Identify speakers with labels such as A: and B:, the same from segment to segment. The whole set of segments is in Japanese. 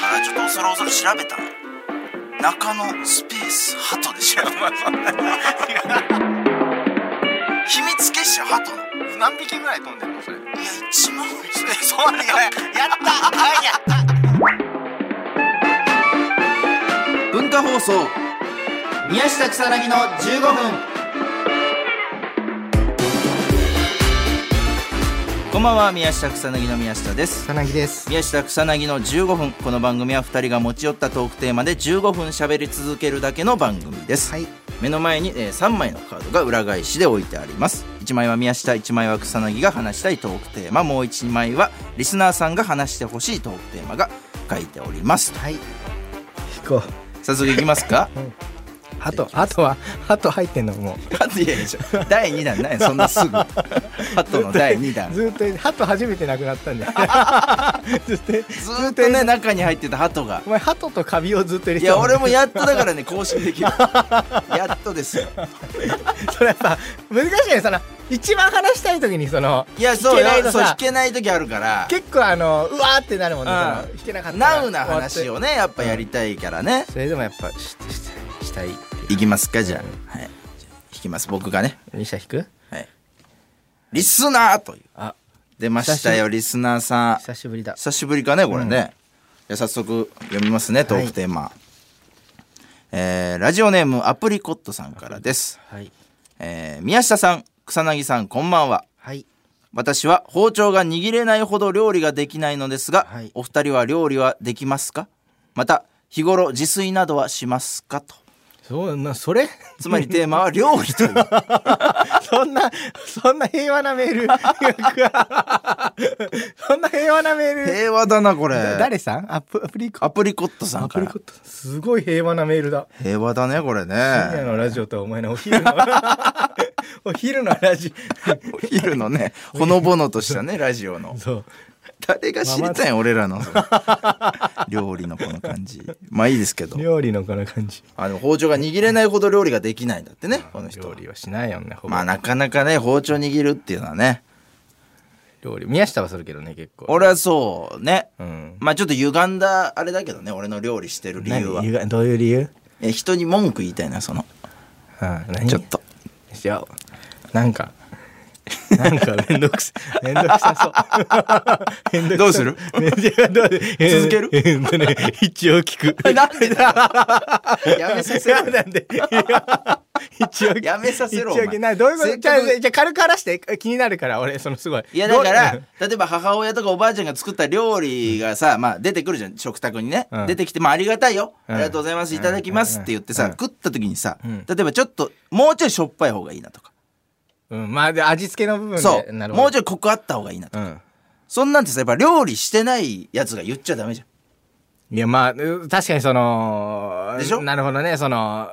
A: ラウザで調べたの中野スペースハトでしょ秘密結社ハトのい
B: 何匹ぐらい飛んでんのそれ
A: や1万
B: そんなややったはいやった
C: 文化放送宮下草薙の15分こんばんは宮下草薙の宮下です
D: 草薙です
C: 宮下草薙の15分この番組は2人が持ち寄ったトークテーマで15分喋り続けるだけの番組です、
D: はい
C: 目の前に、えー3枚のカードが裏返しで置いてあります1枚は宮下1枚は草薙が話したいトークテーマもう1枚はリスナーさんが話してほしいトークテーマが書いております
D: はい聞こう
C: 早速いきます か
D: あとあとはあと入ってんのも
C: ハトいやいやちょ第2弾ないそんなすぐハトの第2弾
D: う
C: ず
D: ずっと ハト初めてなくなったん だよずっと
C: ーっとね中に入ってたハトが
D: お前ハトとカビをずっと入れ
C: い
D: てた
C: や
D: もん
C: 俺もやっとだからね更新できるやっとですよ
D: それやっぱ難しいねその一番話したい時にその
C: いやそう
D: 弾けない
C: よ
D: と
C: そう
D: さ
C: 弾けない時あるから
D: 結構あのうわーってなるもんね、その
C: うん
D: 弾けなかったら
C: ナウな話をねやっぱやりたいからね、
D: それでもやっぱしししたいっていう
C: いきますかじゃあ、はい、じゃあ弾きます僕がね
D: ミシャ引く
C: はいリスナーという
D: あ
C: 出ましたよリスナーさん
D: 久しぶりだ
C: 久しぶりかねこれね、じゃあ早速読みますねトークテーマ、えーラジオネームアプリコットさんからです、
D: はい
C: えー宮下さん草薙さんこんばんは
D: はい
C: 私は包丁が握れないほど料理ができないのですが、
D: はい
C: お二人は料理はできますかまた日頃自炊などはしますかと
D: そうな それ
C: つまりテーマは料理という
D: そんなそんな平和なメール そんな平和なメール、
C: 平和だなこれ
D: だ誰さんアプアプリコ
C: アプリコットさん
D: ア
C: か
D: プリ
C: ら
D: コットすごい平和なメールだ
C: 平和だねこれ
D: 深夜
C: ね
D: のラジオとはお前のお昼の お昼のラジ
C: お 昼のねほのぼのとした ねラジオの
D: オそう
C: 誰が知りたいん俺ら の料理のこの感じまあいいですけど
D: 料理のこの感じ
C: あの包丁が握れないほど料理ができないんだってねこの人
D: 料
C: は
D: 理はしないよねほぼ、
C: まあなかなかね包丁握るっていうのはね
D: 料理宮下はするけどね結構
C: 俺はそうね
D: うん
C: まあちょっと歪んだあれだけどね俺の料理してる理由は
D: 何ゆがどういう理由
C: え人に文句言いたいなその
D: うん何
C: ちょっと
D: しようなんかなんかめんどくさめんどくさそうめんどくさ
C: どうす る
D: めんどくさど う
C: 続ける
D: えーっとね一応聞く
C: なんで やめさせ
D: なん
C: ろ
D: なんで一応聞く
C: やめさせろ
D: 一応聞
C: お前
D: くなどういうこ
C: せっ
D: とじゃ
C: か
D: あ
C: く
D: じゃあ軽く話して気になるから俺そのすごい
C: いやだか
D: どう
C: ら例えば母親とかおばあちゃんが作った料理がさ、まあ、出てくるじゃん食卓にね、
D: うん
C: 出てきて、まあ、ありがたいよ、
D: うん
C: ありがとうございますいただきますって言ってさ、
D: うん
C: 食った時にさ、
D: ん
C: 例えばちょっともうちょいしょっぱい方がいいなとか、
D: うんまあで味付けの部分で
C: そう
D: なるほど
C: もうちょいコクあった方がいいなとか、
D: うん
C: そんなんてさやっぱ料理してないやつが言っちゃダメじゃん
D: いやまあう確かにその
C: でしょ
D: なるほどねその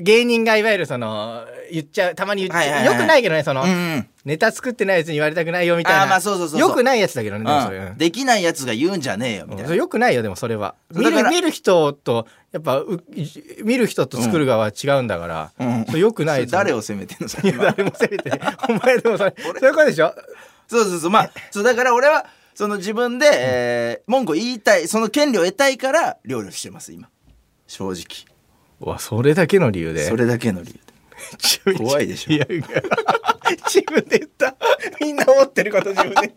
D: 芸人がいわゆるその言っちゃうたまに言っち
C: は
D: ゃう、
C: いはいはい
D: よくないけどねその、
C: うんうん
D: ネタ作ってないやつに言われたくないよみたいな
C: あーまあそうそうそうそう
D: よくないやつだけどねでもそれ、
C: うんできないやつが言うんじゃねえよみたいな、
D: よくないよでもそれは
C: そう
D: 見
C: だか
D: る
C: ら
D: 見る人とやっぱう見る人と作る側は違うんだから、
C: うん
D: それよく
C: そ
D: ない
C: れ
D: やつ
C: 誰を責めてんのそれ
D: いや誰も責めて ねお前でもそれそういうことでしょ
C: そうそうそうまあそうだから俺はその自分で、えー文句を言いたいその権利を得たいから料理をしてます今正直
D: うわそれだけの理由で
C: それだけの理由で怖いでしょ
D: いやいや 自分で言ったみんな思ってること自分で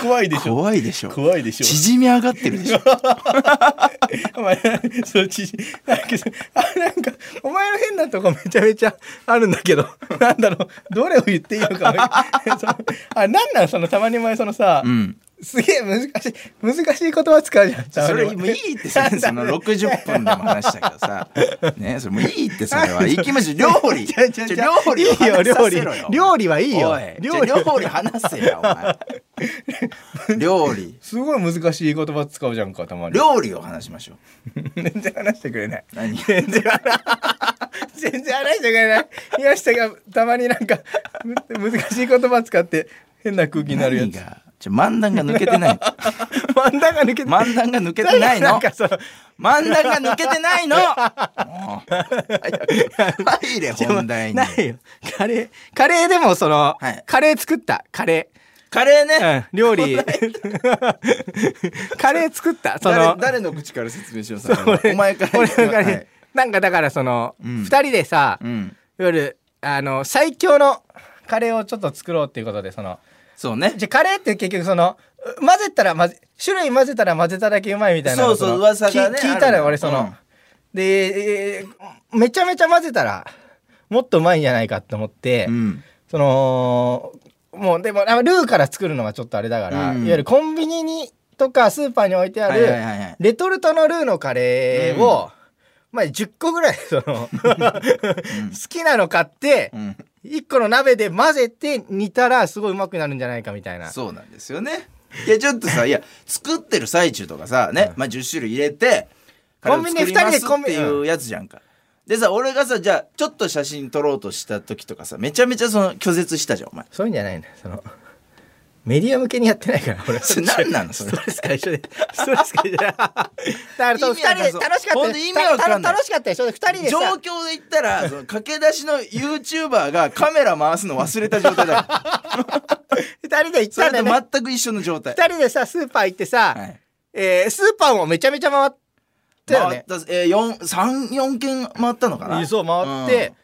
D: 怖いでしょ
C: 怖いでしょ
D: 怖いでしょ
C: 縮み上がってる でしょ
D: お前その知事なんかあなんかお前の変なとこめちゃめちゃあるんだ けどなんだろうどれを言っていいのかそのあなんなんそのたまにお前そのさ、
C: うん
D: すげえ難しい難しい言葉使うじゃんた
C: そ
D: ま
C: れ
D: にお前
C: もういいって さその60分でも話したけどさねそれもういいってそれ は行きましょう料理
D: ちょいちょいちょい
C: ちょ料理を
D: いいよ
C: 話させろ
D: 料理料理はいいよ
C: おい
D: 料理
C: ちょ料理話せよお前料理
D: すごい難しい言葉使うじゃんかたまに
C: 料理を話しましょう
D: 全然話してくれない
C: 何
D: 全然話全然話してくれない宮下がたまになんかむ難しい言葉使って変な空気になるや
C: 何
D: つ
C: がちょ漫談が抜けて ない
D: 漫談が抜けて
C: 漫談が抜けてない
D: な
C: の
D: んかその
C: 漫談が抜けてない のもう早く入れ本題に
D: ないよカレーカレーでもその、
C: はい
D: カレー作ったカレー
C: カレーね。
D: うん、料理。カレー作った。そ
C: 誰
D: の、
C: 誰の口から説明しようさ。お前から。
D: 俺のカレー
C: はい
D: なんかだからその、
C: う
D: 二、
C: ん
D: 人でさ、
C: うん。
D: 夜、あの、最強のカレーをちょっと作ろうっていうことで、その、
C: そうね。
D: じゃあカレーって結局その、う混ぜたら混ぜ、種類混ぜたら混ぜただけうまいみたいな
C: そ
D: の
C: うそう
D: の
C: 噂がね
D: き聞
C: あ
D: いた
C: る
D: ら俺その、
C: うん
D: で、えーめちゃめちゃ混ぜたら、もっとうまいんじゃないかって思って、
C: うん。
D: そのもうでもあのルーから作るのはちょっとあれだから、
C: うん
D: いわゆるコンビニにとかスーパーに置いてあ
C: はいはい
D: る
C: はいはい。
D: レトルトのルーのカレーを、まあ、10個ぐらいその好きなの買って
C: うん。
D: 1個の鍋で混ぜて煮たらすごいうまくなるんじゃないかみたいな。
C: そうなんですよね。いや、ちょっとさ、いや、作ってる最中とかさ、ね、まあ、10種類入れて、
D: コンビニ
C: カレーを作ります
D: 二人でコンビニ
C: っていうやつじゃんか。でさ、俺がさ、じゃあ、ちょっと写真撮ろうとした時とかさ、めちゃめちゃその拒絶したじゃん、お前。
D: そういうんじゃないんだよそのメディア向けにやってないから俺
C: それ何なのそれ
D: ストレス解消でストレス解消でだか
C: 意
D: ら2
C: 味わかんない
D: 人で楽しか
C: ほ
D: った
C: んと意味わかんない
D: た楽しかったでしょ2人で
C: 状
D: さ
C: 況で言ったら、その駆け出しの YouTuber がカメラ回すの忘れた状態だ から。
D: 二人で行っ
C: そ
D: た
C: れ
D: んだよ
C: と
D: ね
C: 全く一緒の状態。
D: 二人でさスーパー行ってさ、
C: はい。
D: えースーパーもめちゃめちゃ回ったよ
C: 回っ
D: ね
C: た、えー、4、3、4軒回ったのかな
D: そう回って、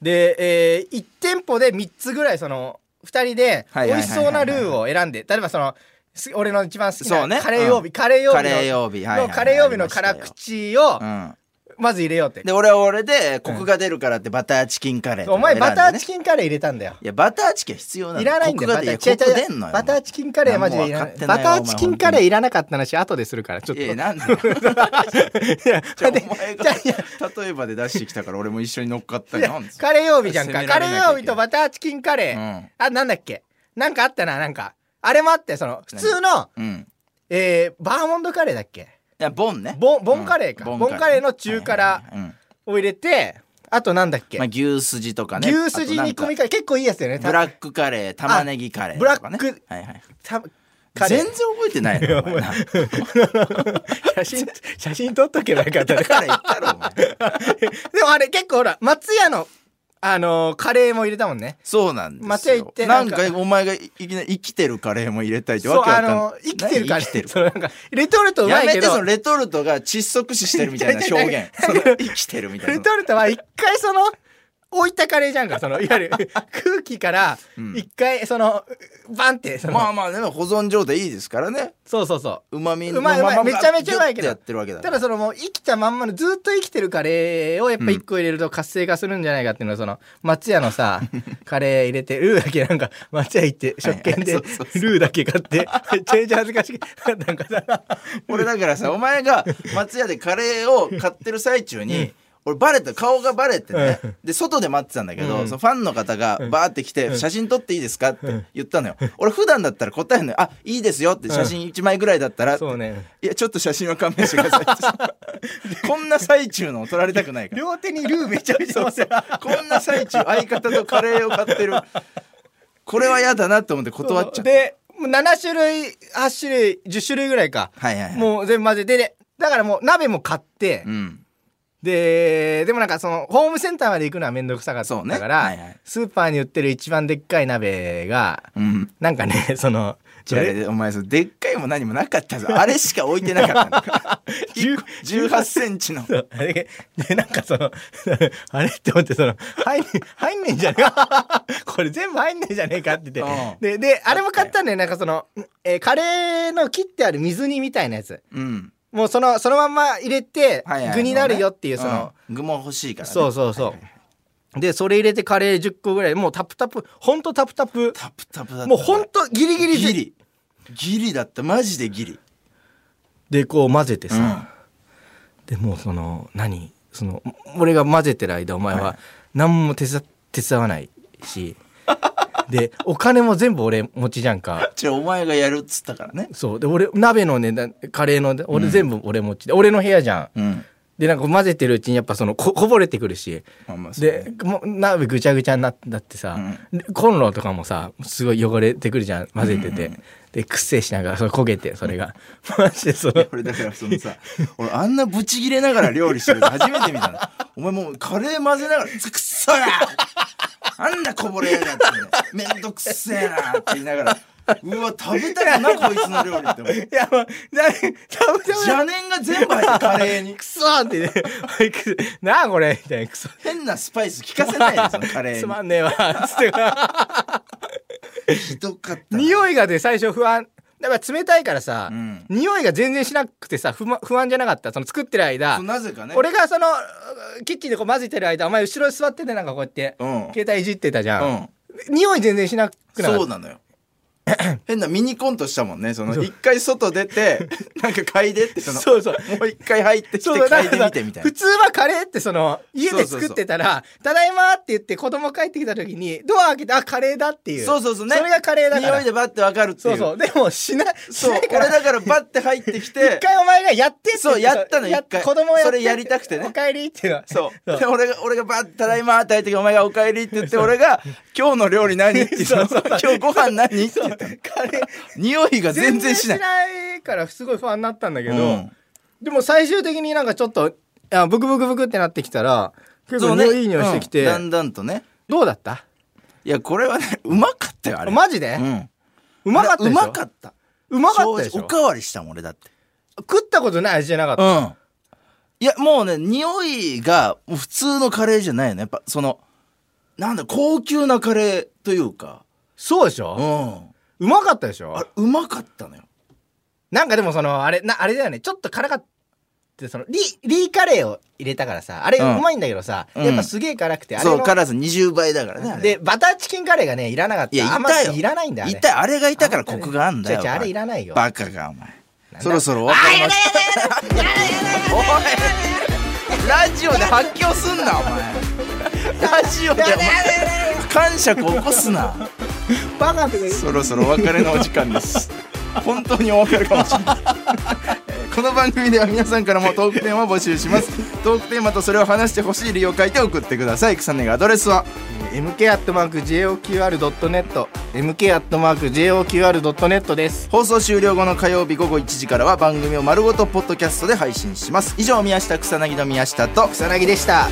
D: で、え1店舗で3つぐらいその2人で
C: はいはいはいはいはい
D: 美味しそうなルーを選んで例えばそのす俺の一番好き
C: そうね
D: なカレー曜日、カレー曜日
C: カ
D: の
C: レー曜日、はいはいはい
D: のカレー曜日の辛。口を
C: うん。
D: まず入れようって、
C: で俺は俺でコクが出るからってバターチキンカレーとか
D: お前
C: 選んでね
D: バターチキンカレー入れたんだよ
C: いやバターチキンは必要なの
D: いらないんだ
C: コ
D: よ
C: ク
D: バ
C: が出
D: ター
C: いやコ
D: チ
C: ク出
D: キ
C: んのよ
D: バターチキンカレーマジでいらない
C: 何も分か
D: バ
C: ってない
D: ターチキンカレーいらなかった話後でするからちょっと
C: いやなんで じ
D: いや
C: ゃあ
D: 待って
C: お前
D: じゃあいや
C: が例えばで出してきたから俺も一緒に乗っかった
D: い
C: り
D: や
C: なんですか
D: カレー曜日じゃんか
C: 攻め
D: カ
C: ら
D: レ
C: れなきゃいけない
D: ー曜日とバターチキンカレー、
C: うん
D: あなんだっけなんかあったななんかあれもあってその普通の、
C: うん
D: えーバーモントカレーだっけ
C: いやボンね
D: ボンボンカレーか、
C: うん
D: ボンカレーの中
C: は
D: 辛
C: いはいはいうん
D: を入れてあとなんだっけ、
C: まあ牛すじとかね
D: 牛すじ煮込み
C: あ
D: カレー結構いいやつだよね
C: となんかブラックカレー玉ねぎカレーとかね
D: ブラック
C: はいはい
D: たたカレ
C: 全然
D: ー
C: 覚えてないのお前な
D: 写真写真撮っとけばよかったね
C: だから言ったろお前
D: でもあれ結構ほら松屋のあのーカレーも入れたもんね
C: そうなんですよ
D: 松屋行ってな
C: なんん
D: か
C: かお前がいきなり生きてるカレーも入れたいって
D: そ
C: わ
D: う
C: けわ
D: あ
C: かんない
D: のー生きてるカレ
C: 何生きてる
D: ー そのなんかレトルトうま
C: や
D: い
C: め
D: け
C: て
D: ど
C: そのレトルトが窒息死してるみたいな表 現その生きてるみたい
D: レ
C: な
D: トルトは一回その置いたカレーじゃんかそのいわゆる空気から
C: うん
D: 一回そのバンってその、
C: まあまあでも保存状態いいですからね
D: そうそうそう
C: まみ
D: うまいうまいめちゃめちゃうまいけど
C: やってるわけ
D: う
C: だ
D: ただそのもう生きたまんまのずっと生きてるカレーをやっぱ一個入れると活性化するんじゃないかっていうのはその松屋 のさカレー入れてルーだけなんか松屋行って食券で
C: は
D: ル
C: いはいそうそうそう
D: ーだけ買ってめちゃめちゃ恥ずかしくなんかさ
C: 俺だからさお前が松屋でカレーを買ってる最中に、俺バレた顔がバレてね、で外で待ってたんだけど、そのファンの方がバーって来て「写真撮っていいですか?」って言ったのよ、俺普段だったら答えるのよ「あいいですよ」って写真1枚ぐらいだったら、
D: そうね
C: いやちょっと写真は勘弁してくださいって こんな最中のを撮られたくないから
D: 両手にルーめちゃめちゃ持っ て
C: こんな最中相方とカレーを買ってるこれは嫌だなと思って断っちゃった
D: でもう7種類8種類10種類ぐらいか
C: はいはいはい
D: もう全部混ぜてでだからもう鍋も買って、
C: うん
D: ででもなんかそのホームセンターまで行くのは面倒くさかっ
C: そう
D: た
C: ね
D: から、
C: はいはい
D: スーパーに売ってる一番でっかい鍋が
C: うん
D: なんかねその
C: じゃああれお前そのでっかいも何もなかったぞあれしか置いてなかったの か
D: 10
C: 18センチの
D: そうあれで なんかそのあれって思ってその入ん入んねえんじゃねえか これ全部入んねえじゃねえかって言
C: うん
D: ってでであれも買ったんだよなんかその、えーカレーの切ってある水煮みたいなやつ
C: うん
D: もうそのそのまんま入れて
C: はいはい
D: 具になるよっていうその、
C: うん具も欲しいからね
D: そうそうそう、でそれ入れてカレー10個ぐらいもうタプタプほんとタプタプ
C: タプタプだった
D: もうほんとギリギリ
C: ギ
D: で
C: リギリだったマジでギリ
D: でこう混ぜて
C: うん
D: さ、でもうその何その俺が混ぜてる間お前は何も手伝手伝わないし でお金も全部俺持ちじゃんか
C: じゃあお前がやるっつったからね
D: そうで俺鍋の値段カレーの俺全部俺持ちで、俺の部屋じゃん
C: うん
D: でなんか混ぜてるうちにやっぱそのここぼれてくるし
C: まあまあそうね
D: でもう鍋ぐちゃぐちゃになってだってさ、でコンロとかもさすごい汚れてくるじゃん混ぜてて、でくっせえしながらそれ焦げてそれが マジでその
C: 俺だからそのさ俺あんなブチギレながら料理してるの初めて見たのお前もうカレー混ぜながら「くっそや!」あんなこぼれやがってめんどくせえなって言いながらうわ食べたくなこいつの料理って思う
D: いや、もう、じゃあ、たぶ
C: 邪念が全部入ってカレーに
D: くそーってね、 おいくなあこれ、みたいな、くそ。
C: 変なスパイス効かせないやつのカレ
D: つま
C: ー
D: んねえわ、つって。
C: にひどかったな
D: 匂いがで最初不安。だから冷たいからさ、
C: うん
D: 匂いが全然しなくてさ、不満不安じゃなかった。その作ってる間
C: そう。なぜかね
D: 俺がその、キッチンでこう混ぜてる間、お前後ろに座っててなんかこうやって、
C: うん
D: 携帯いじってたじゃ。
C: うんん
D: 匂い全然しなくなかった
C: そうなのよ変なミニコントしたもんねその一回外出てなんか嗅いでってその
D: そうそう。
C: もう一回入ってきて
D: そうだ
C: 嗅
D: だ
C: い
D: か
C: で
D: ら
C: みてみたい
D: 普
C: な
D: 通はカレーってその家で
C: そうそう
D: 作
C: そう
D: ってたら「ただいま」って言って子供帰ってきた時にドア開けて「あカレーだ」っていう
C: そうそうそうね
D: それがカレーだから
C: 匂いでバッてわかるってい
D: そううそうでもしないし
C: そう
D: ないか
C: 俺
D: ら
C: だからバッて入ってき
D: 一
C: て
D: 回お前がやってって言
C: そうやったの
D: や
C: 一回
D: 子供やって
C: それやりたくてね
D: お帰りっていうの
C: そうで俺が俺がバッて「ただいま」って入ってきてお前が「おかえり」って言って俺が「今日の料理何?」って言って
D: そうそう
C: 今日ご飯何?」って言ったの
D: カレー
C: 匂いが全然しない
D: 全然しないからすごい不安になったんだけど、
C: うん
D: でも最終的になんかちょっといやブクブクブクってなってきたら結
C: そ
D: 構
C: うね
D: 匂いいい匂いしてき
C: う
D: て、
C: んだんだんとね
D: どうだった
C: いやこれはねうまかったよあれ
D: マジで、
C: う
D: うんまかったで
C: う
D: しょ
C: まかった
D: うまかったでし
C: 正直
D: ょ
C: おかわりしたもん俺だって
D: 食ったことない味じゃなかった、
C: うんいやもうね匂いがもう普通のカレーじゃないよねやっぱそのなんだ高級なカレーというか
D: そうでし
C: う
D: ょ、
C: ん
D: うまかったでしょ
C: あれうまかったのよ
D: なんかでもそのあれなあれだよねちょっと辛かったそのリリーカレーを入れたからさあれう
C: うん
D: まいんだけどさ、
C: うん
D: やっぱすげえ辛くてあれ
C: そう
D: の
C: 辛さ20倍だからねあれ
D: でバターチキンカレーがねいらなかった
C: いや
D: あ
C: い
D: んま
C: たよ
D: いらないんだあれ
C: いたよあれがいたからコクがあんだよ
D: 違う違うあれいらないよ
C: バカがお前
D: だ
C: そろそろお別れましたおいラジオで発狂すんなお前ラジオでお前感触起こすな
D: バカって
C: そろそろお別れのお時間です。本当にお別れかもしれない。この番組では皆さんからもトークテーマを募集します。トークテーマとそれを話してほしい理由を書いて送ってください。草根がアドレスは
D: mk.joqr.net mk.joqr.net です
C: 放送終了後の火曜日午後1時からは番組を丸ごとポッドキャストで配信します。以上宮下草薙の宮下と草薙でした。